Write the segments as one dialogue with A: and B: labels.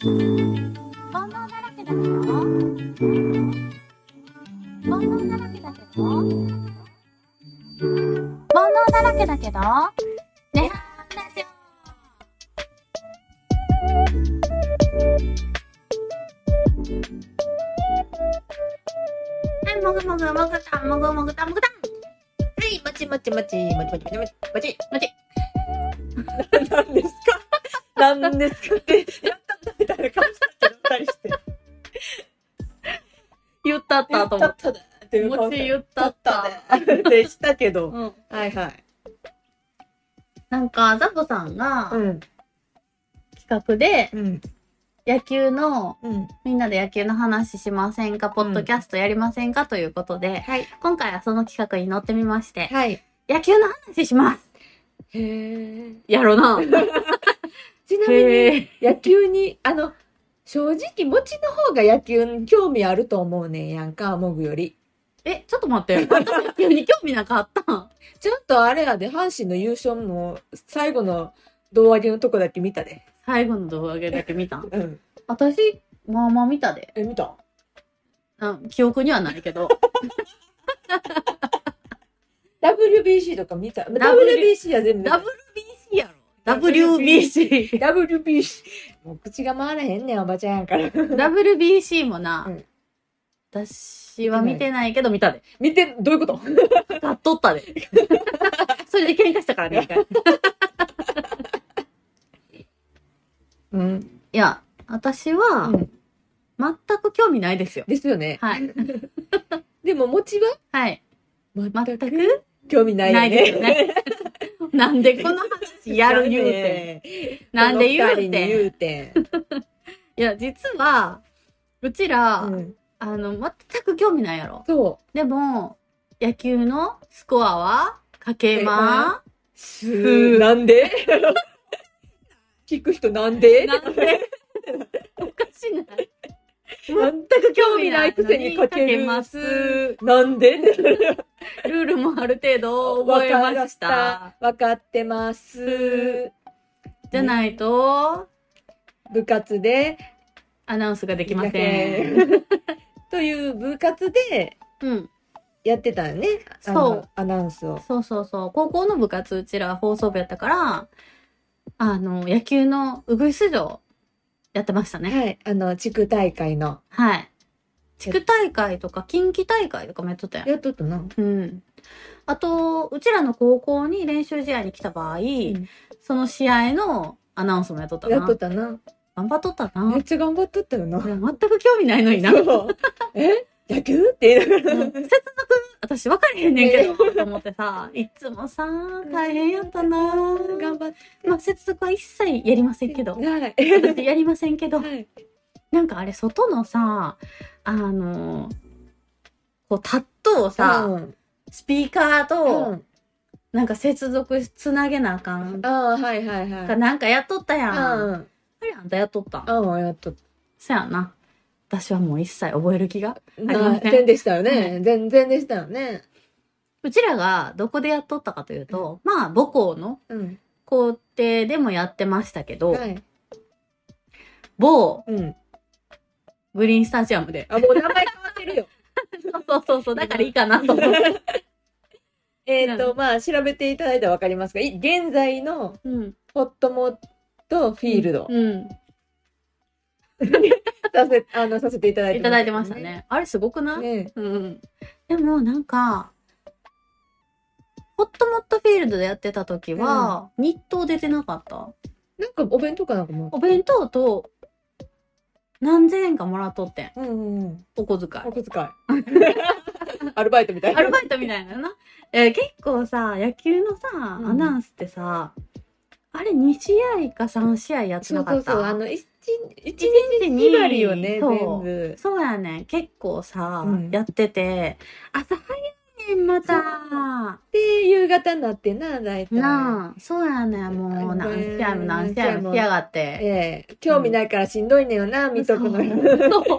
A: 煩悩だらけだけど煩悩だらけだけど煩悩だらけだけどねラジオはいもぐもぐもぐたんもぐもぐたんもぐたん
B: はい、まちまちまち、まちまちまち、まち、まち。 何ですか何ですかって、やったったみたいな顔したけど、対 して。
C: 言ったっ
B: や
C: た
B: っ
C: と
B: た
C: 思っ。
B: ってたねっていう顔
C: もち言ったった。
B: ねでしたけど。
C: うん。
B: はいはい。
C: なんか、ザボさんが
B: うん。
C: 企画で
B: うん。
C: 野球の、
B: うん。
C: みんなで野球の話しませんか、ポッドキャストやりませんかということで、
B: はい。
C: 今回はその企画に乗ってみまして、
B: はい。
C: 野球の話します
B: へえ。
C: やろな。
B: ちなみに、
C: へえ。
B: 野球に、あの、正直、もちの方が野球に興味あると思うねんやんか、モグより。
C: え、ちょっと待って。あんた野球に興味なかったん
B: ちょっとあれやで、阪神の優勝も、最後の胴上げのとこだけ見たで。
C: 最後の動画だけ見たん
B: うん。
C: 私、まあまあ見たで。
B: え、見た
C: うん、記憶にはないけ ど。
B: WBC とか見た WBC は全部
C: WBC やろ ?WBC。
B: WBC もう口が回らへんねんおばちゃんやから
C: WBC もな、
B: うん
C: 私は見てないけど見たで。
B: 見てどういうこと
C: 買っとった で。それで喧嘩したからね、一回。い
B: うん
C: や、私は、
B: うん
C: 全く興味ないですよ。
B: ですよね
C: はい。
B: でも餅は
C: はい。全く
B: 興味ないよ
C: ない
B: ね
C: ですよ ね。なんでこの話やる言うて。 なんで言う
B: この二人に
C: て。
B: うて
C: いや、実は、うちら、
B: うん
C: あの、全く興味ないやろ。
B: そ
C: でも、野球のスコアは、かけま
B: うすなんで 聞く人なんで
C: なんでおかしない
B: 全く興味ないくせにかけるますなんで
C: ルールもある程度覚えました。
B: 分かってます
C: じゃないと、
B: 部活で
C: アナウンスがで
B: で
C: きません。
B: ん。 という部活で
C: うん。
B: やってたよね。あ
C: そ
B: の
C: う。
B: アナウンスを。
C: そうそうそう。高校の部活、うちら放送部やったから、あの、野球のうぐいす嬢、やってましたね。
B: はい。あの、地区大会の。
C: はい。地区大会とか、近畿大会とかもやっとったやん。
B: やっとったな。
C: うん。あと、うちらの高校に練習試合に来た場合、
B: ん
C: その試合のアナウンスもやっとったな。
B: やっとったな。
C: 頑張っとった
B: め
C: な。
B: っちゃ頑張っとったよ
C: い
B: な。
C: や全く興味ないのにな。
B: そう え野球って言いな
C: う
B: が
C: ん接
B: ら。
C: 続、私分かれへんねんけど、と思ってさ、いつもさ、大変やったな
B: 頑張っ
C: まあ、接続は一切やりませんけど、
B: はい。
C: 私やりませんけど、
B: はい
C: なんかあれ、外のさ、あの、こう、タットをさ、
B: うん
C: スピーカー
B: う
C: と、
B: ん
C: なんか接続つなげなあかん。
B: ああ、はいはいはい。
C: かなんかやっとったやん。
B: う
C: あ
B: ん。
C: れ、あんたやっとった。
B: うん、やっとっ
C: そやな。私はもう一切覚える気が。
B: た。
C: りません
B: 全でしたよ
C: は
B: ね。全然でしたよね。
C: うちらがどこでやっとったかというと、まあ、母校の
B: うん。
C: 校庭でもやってましたけど、
B: はい。
C: 某
B: うん。
C: グリーンスタジアムで。
B: あ、もう名前変わってるよ。
C: そうそうそうそう、だからいいかなと思って。
B: えっ、と、まあ、調べていただいたらわかりますが、い現在の
C: うん。
B: ホットモットフィールド、
C: うん。
B: させ、あの、させていただいて、
C: いただいてました。ね。あれすごくない、
B: ね。
C: うん。でもなんか、ホットモットフィールドでやってた時は、日当出てなかった。
B: なんかお弁当かなんかも。
C: お弁当と、何千円かもらっとってん。
B: うんうんうん。
C: お小遣い
B: お。小遣い。 アルバイトみたいな。
C: アルバイトみたいなのな。えー結構さ、野球のさ、
B: うん
C: アナウンスってさ、あれ2試合か3試合やって
B: そ
C: な
B: う
C: か
B: そ
C: っ
B: う
C: た。
B: そう。あの、一日、一
C: 日
B: 日
C: に
B: に割よね、
C: そ
B: 全
C: う
B: 部。
C: そうやねん。結構さ、
B: うん
C: やってて、朝早いねん、また。
B: で、夕方になってな、大体。
C: なあ、そうやねん、もう、
B: うん
C: 何試合も何試合も来やがって。
B: ええ興味ないからしんどいねよな、見とく
C: そう
B: の。
C: そう
B: 見とく
C: 見と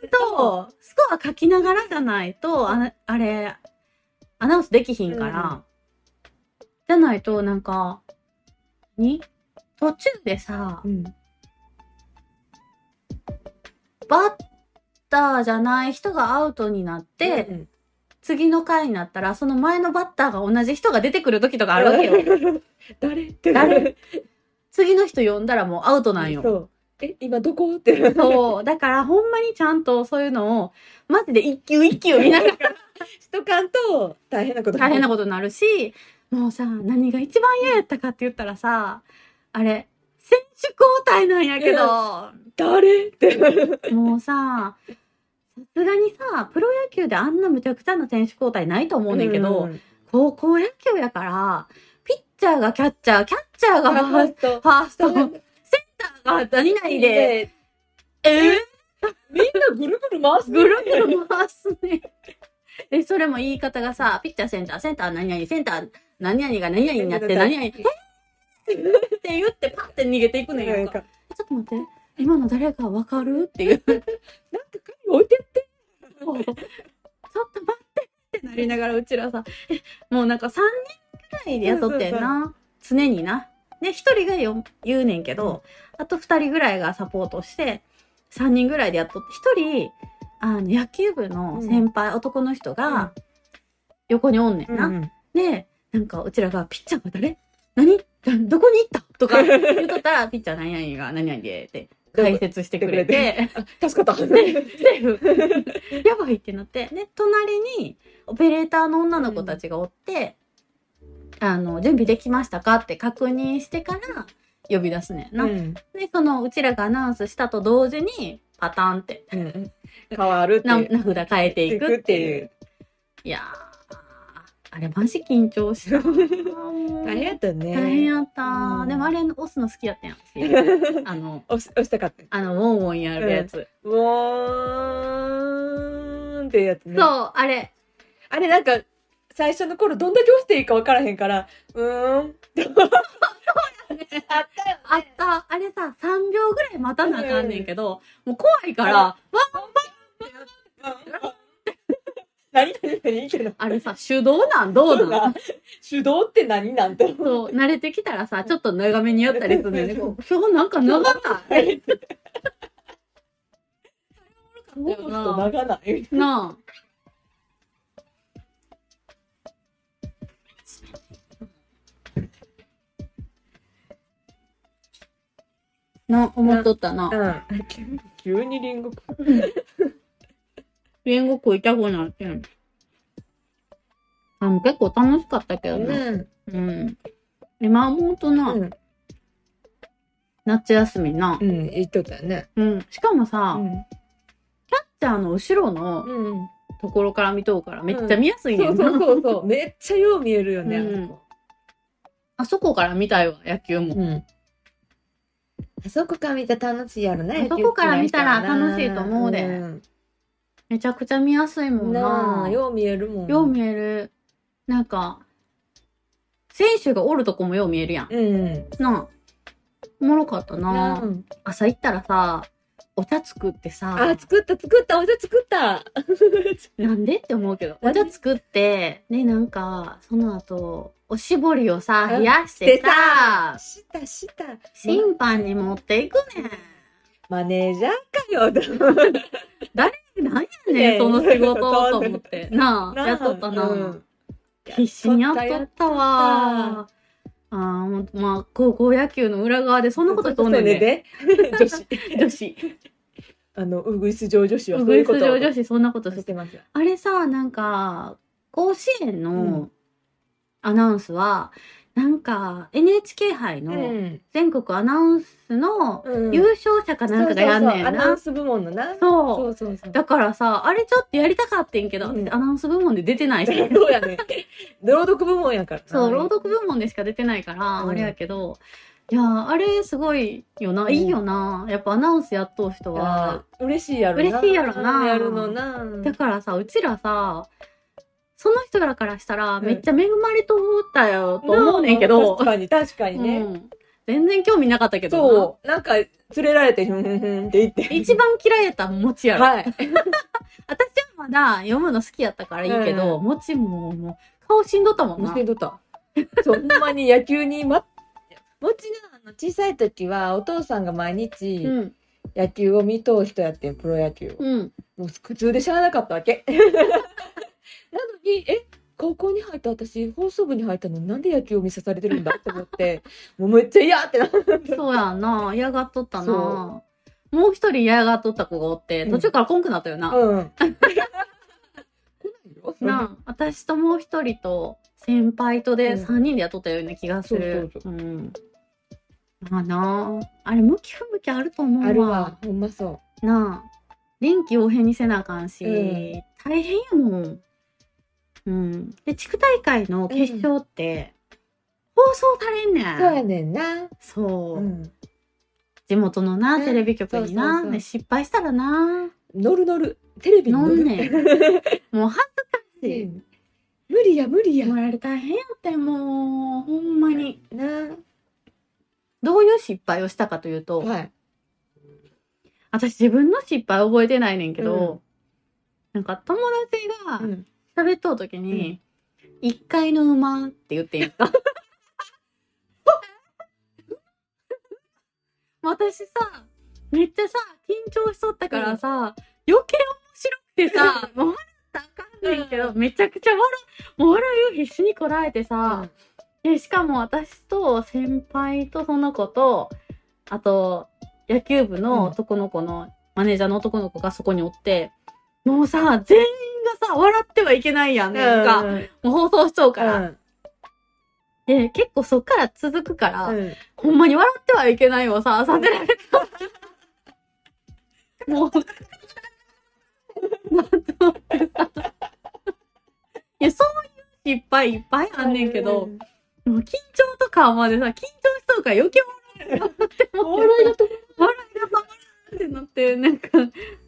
C: くと、スコア書きながらじゃないと、あれ、あれアナウンスできひんから、じゃないと、なんか、に、途中でさ
B: う、ん。
C: バッターじゃない人がアウトになって、
B: うん、
C: 次の回になったら、その前のバッターが同じ人が出てくる時とかあるわけよ。
B: よ。 誰って
C: 誰次の人呼んだらもうアウトなんよ。
B: そう。え、今どこって。
C: そう。だから、ほんまにちゃんとそういうのを、マジで一球一球見ながら
B: しとかんと、大変なこと。
C: 大変なことになるし、もうさ、何が一番嫌やったかって言ったらさ、あれ、選手交代なんやけど、
B: 誰って。
C: もうさ、さすがにさ、プロ野球であんなむちゃくちゃな選手交代ないと思うねんけど、
B: うん、
C: 高校野球やから、ピッチャーがキャッチャー、キャッチャーがファース
B: ト
C: ト、ファースト、センターが何々で、、え
B: みんなぐるぐる回す、
C: ー、ぐるぐる回すね。で、それも言い方がさ、ピッチャー、センター、センター、何々、センター、何々が何々になって、何々、って言ってパッて逃げていくの
B: な
C: よ
B: ん。か、
C: ちょっと待って、今の誰かわかるっていう。
B: なんか紙置いてって。
C: ちょっと待ってってなりながらうちらさ、えもうなんか3人くらいで雇ってんな。常にな。で、1人がよ言うねんけど、あと2人ぐらいがサポートして、3人ぐらいで雇って、1人、あの、野球部の先輩、男の人が、横におんねんな。
B: ん。
C: で、なんかうちらが、ピッチャーが誰何だどこに行ったとか言うとったら、ピッチャー何々が何々でって解説してくれて、
B: 助かった。
C: セー フやばいってなって。で、隣にオペレーターの女の子たちがおって、あの、準備できましたかって確認してから呼び出すねんな。
B: うん。
C: で、そのうちらがアナウンスしたと同時に、パターンって、
B: 変わるって
C: な
B: いう。
C: 名札変えていくっていう。いやー、あれマジ緊張した。
B: 大
C: 大
B: 変やったね。
C: 大変やった、
B: うん
C: でもあれ押すの好きやったやん 私あの
B: 押し押したかった。
C: あのウォンウォンやるやつ、
B: うーんってやつね。
C: そうあ れ
B: あれなんか、最初の頃どんだけ押していいか分からへんから、うーん。あったよ
C: あったあれさ3秒ぐらい待たなあかんねんけど、もう怖いからわ
B: 何何何いいけど。
C: あれさ手動なんどうなん
B: 手動って何なんて思う。
C: そう慣れてきたらさちょっと長めにやったりするんだよねこう今日なんか長ない
B: はいちょっ
C: だよ
B: と
C: な
B: 長ないみたい
C: なあな思っとったな
B: な。うん。急にリンゴ。
C: 言語食いたくなってん。あもう結構楽しかったけどね。
B: ん。
C: うん。今思うとな、
B: うん
C: 夏休みな。
B: うん、言っとったよね。
C: うん。しかもさ、
B: う
C: ピッ
B: ん。
C: チャーの後ろの
B: うん。
C: ところから見とうからめっちゃ見やすいね
B: そ
C: ん
B: う
C: な。
B: そうそう そう。めっちゃよう見えるよね。
C: うん
B: あそ
C: あ
B: こ
C: そこから見たいわ、野球も。
B: うん。あそこから見たら楽しいやろね。
C: あそこから見たら楽しいと思うで
B: ん
C: めちゃくちゃ見やすいもん
B: な
C: な。
B: あ、よう見えるもん。
C: よう見える。なんか、選手がおるとこもよう見えるやん。
B: うん。
C: なあ。おもろかったな。
B: うん
C: 朝行ったらさ、お茶作ってさ
B: あ、、作った作った、お茶作った。
C: なんでって思うけど。
B: な
C: お
B: んで
C: 茶作って、ね、なんか、その後、おしぼりをさ、
B: うん
C: 冷やしてさ、
B: したした。
C: 審判に持っていくね
B: マネージャーかよ。
C: ん。なんや
B: ね
C: ね
B: え
C: ん、その仕事と思 って。な
B: な
C: あ、
B: あ
C: やっとったな。
B: うん
C: 必死にやっとったわ。ああー、ほんとまあ、高校野球の裏側でそんなことしとんねんね。
B: そうそうね女子。
C: 女子。
B: あの、ウグイス嬢女子は
C: ウ
B: そう
C: グ
B: い
C: イ
B: うこと
C: ス
B: を
C: 上女子そんなことし
B: してますよ。
C: あれさ、なんか、甲子園
B: う
C: のアナウンスは、なんか NHK 杯
B: う
C: の
B: ん。
C: 全国アナウンスの
B: うん
C: 優勝者かなんかがやんねん
B: そうそうそうアナウ
C: な
B: ン。ス部門のな。
C: そ。
B: そううそうそう。
C: だからさ、あれちょっとやりたかってんけど、
B: うん
C: 私アナウンス部門で出てない し。
B: そうやね。朗読部門やからな。
C: そう、朗読部門でしか出てないから、
B: うん
C: あれやけど、いやー、あれすごいよな、
B: ん
C: いいよな。やっぱアナウンスやっとう人は
B: は。、嬉しいやろな。
C: 嬉しいやろな
B: やるのな。
C: だからさ、うちらさ、その人らからしたら、
B: うん
C: めっちゃ恵まれとったよと思うねんけど、
B: 確かに、確かに
C: う
B: ね。
C: ん全然興味なかったけどな
B: そう。なんか、連れられて、ふんふんふんって言って。
C: 一番嫌いやったん餅やろ。
B: はい。
C: 私はまだ読むの好きやったからいいけど、
B: う
C: 餅ももう顔しんどったもんな
B: 見。せとった。そうほんまに野球に、ま、もちろんあの小さい時はお父さんが毎日
C: うん。
B: 野球を見通人やってんプロ野球を、
C: うん。
B: もう苦痛で知らなかった わけなのにえ高校に入った私放送部に入ったのになんで野球を見さされてるんだって思って もうめっちゃ嫌ってなって
C: そうやんな。嫌がっとったな。
B: そ
C: もう一人嫌がっとった子がおって、
B: うん
C: 途中からこんくなったよな。
B: うん来ない よ
C: なあ、私ともう一人と、先輩とで
B: うん
C: 3人で雇ったような気がする。
B: そう
C: うん。まあなあ、あれ、向き不向きあると思うわ。
B: あるわほんまそう
C: なあ、臨機応変にせなあかんし、
B: うん
C: 大変やもん。うん。で、地区大会の決勝って、放送されんねん。
B: そうやねんな
C: そう
B: うん
C: 地元のな、
B: うん
C: テレビ局にな、
B: そうそうそう
C: ね失敗したらな、
B: 乗る乗るテレビに
C: 乗
B: 乗
C: ん
B: る
C: ねんもう恥ずかしい。
B: 無理や無理や
C: もられ大変やって、もう、ほんまに。
B: な
C: どういう失敗をしたかというと、
B: はい
C: 私自分の失敗覚えてないねんけど、なんか友達が、
B: うん
C: 喋っとうときに、一階の馬って言ってん か。私さ、めっちゃさ、緊張しとったからさ、余計面白くてさ、もう笑ったらあかんねんけど、めちゃくちゃ笑う、もう笑いを必死にこらえてさ、で、しかも私と先輩とその子と、あと、野球部の男の子の、マネージャーの男の子がそこにおって、もうさ、全員がさ、笑ってはいけないやん、なんか、
B: うん
C: もう放送しちゃうから。
B: うん
C: で、結構そっから続くから、
B: うん
C: ほんまに笑ってはいけないをさ、させられた。 もう、なんと思ってさ。いや、そういう失敗いっぱいあんねんけど、もう緊張とかまでさ、緊張しとうから余計笑えるって
B: お
C: 思って
B: 笑いだと思
C: 笑いが止まらんってなって、なんか、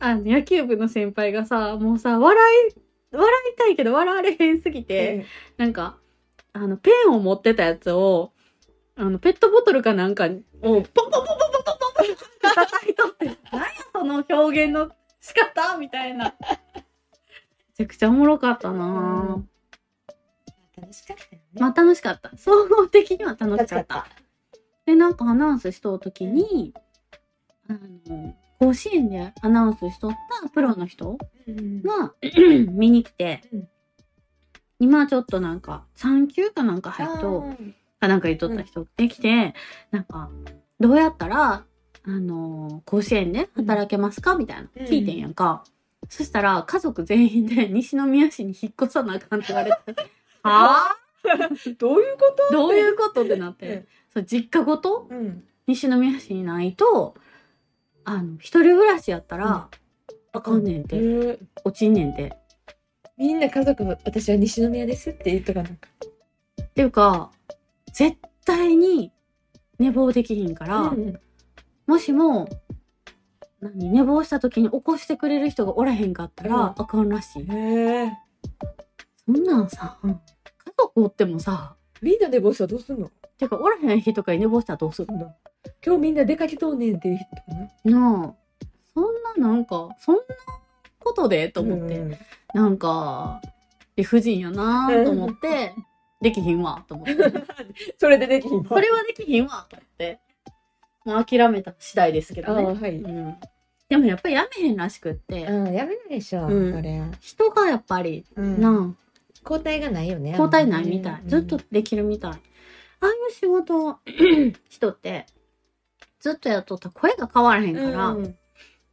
C: あの、野球部の先輩がさ、もうさ、笑い、笑いたいけど笑われへんすぎて、
B: て
C: なんか、あの、ペンを持ってたやつを、あの、ペットボトルかなんかにを、ポンポンポンポンポンポンポンポンって叩いとって、何やその表現の仕方みたいな。めちゃくちゃおもろかったなぁ。
B: 楽しかったよね
C: まあ楽しかった。総合的には楽しかっ。
B: 楽しかった
C: で、なんかアナウンスしとうときに、あの、甲子園でアナウンスしとったプロの人
B: うん
C: が見に来て
B: うん、
C: 今ちょっとなんか、産休かなんか入っと、かなんか言っとった人できて、なんか、どうやったら、あのー甲子園で働けますかみたいな、
B: うん
C: 聞いてんやんか。そしたら、家族全員で 西宮市に引っ越さなあかんって言われて、 は
B: どういうこと
C: ぁどういうことってなっ
B: うん
C: て、そう実家ごと
B: うん
C: 西宮市にないと、あの、一人暮らしやったら、あかんねんて、
B: へえ
C: 落ちんねんて。
B: みんな家族私は西宮ですって言っとかなんか
C: っていうか、絶対に寝坊できひんから、
B: うん
C: もしも、何、寝坊した時に起こしてくれる人がおらへんかったら、
B: うん
C: あかんらしい。
B: へえ
C: そんなんさ、
B: うん
C: 家族おってもさ、
B: みんな寝坊したらどうすんの
C: てかおらへん日とかに寝坊したらどうする
B: 今日みんな出かけとうねんっていう人かな
C: なあ、そんななんか、そんなことでと思って、
B: うん
C: なんか、理不尽やなと思って、できひんわ、と思って。
B: それでできひんの
C: それはできひんわ、と思って。もう諦めた次第ですけ
B: あ
C: ど
B: あ
C: ね。
B: はい
C: うん、でもやっぱりやめへんらしくって、
B: うんやめないでしょ
C: うん
B: それは
C: 人がやっぱり、
B: うん
C: なあ、
B: 交代がないよね
C: 交代ないみたい。ずっとできるみたい。ああいう仕事を 人って、ずっとやっとったら声が変わらへんから、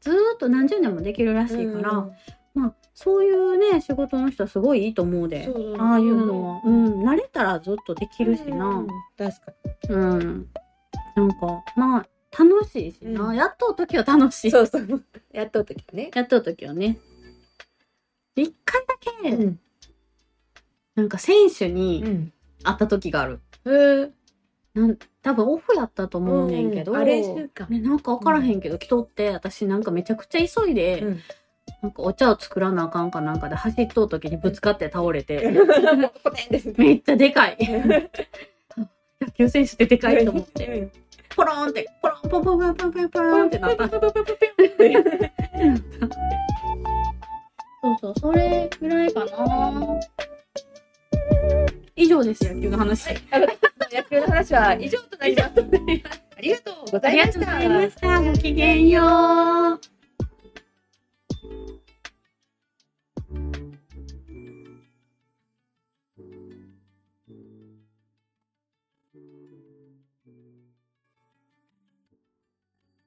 C: ずーっと何十年もできるらしいから、まあ、そういうね、仕事の人はすごいいいと思うで。ああいうのは、うん、慣れたらずっとできるしな。
B: 確か
C: うん。なんか、まあ、楽しいしな。
B: うん
C: やっとう時は楽しい。
B: にそうそうやっとうときね
C: やっとう時はね。で一回だけ、
B: ん
C: なんか選手
B: う
C: に
B: ん
C: 会った時がある。
B: へえ
C: なん多分オフやったと思うねんけど、
B: うんあ練習か
C: ね、なんか分からへんけど、来とって私なんかめちゃくちゃ急いで、
B: うん
C: なんかお茶を作らなあかんかなんかで走っとう時にぶつかって倒れて、
B: こねんです
C: めっちゃでかい野球選手ってでかいと思って
B: うん
C: ポロンってポロンポンポンポンポンポンポンってなったそうそうそれぐらいかな以上です、野球の話。
B: あの野球の話は以上となります。ありがとうござ
C: あ
B: い
C: りがと
B: ま
C: う
B: し
C: ござ
B: た
C: い。ました。ごきげんよう。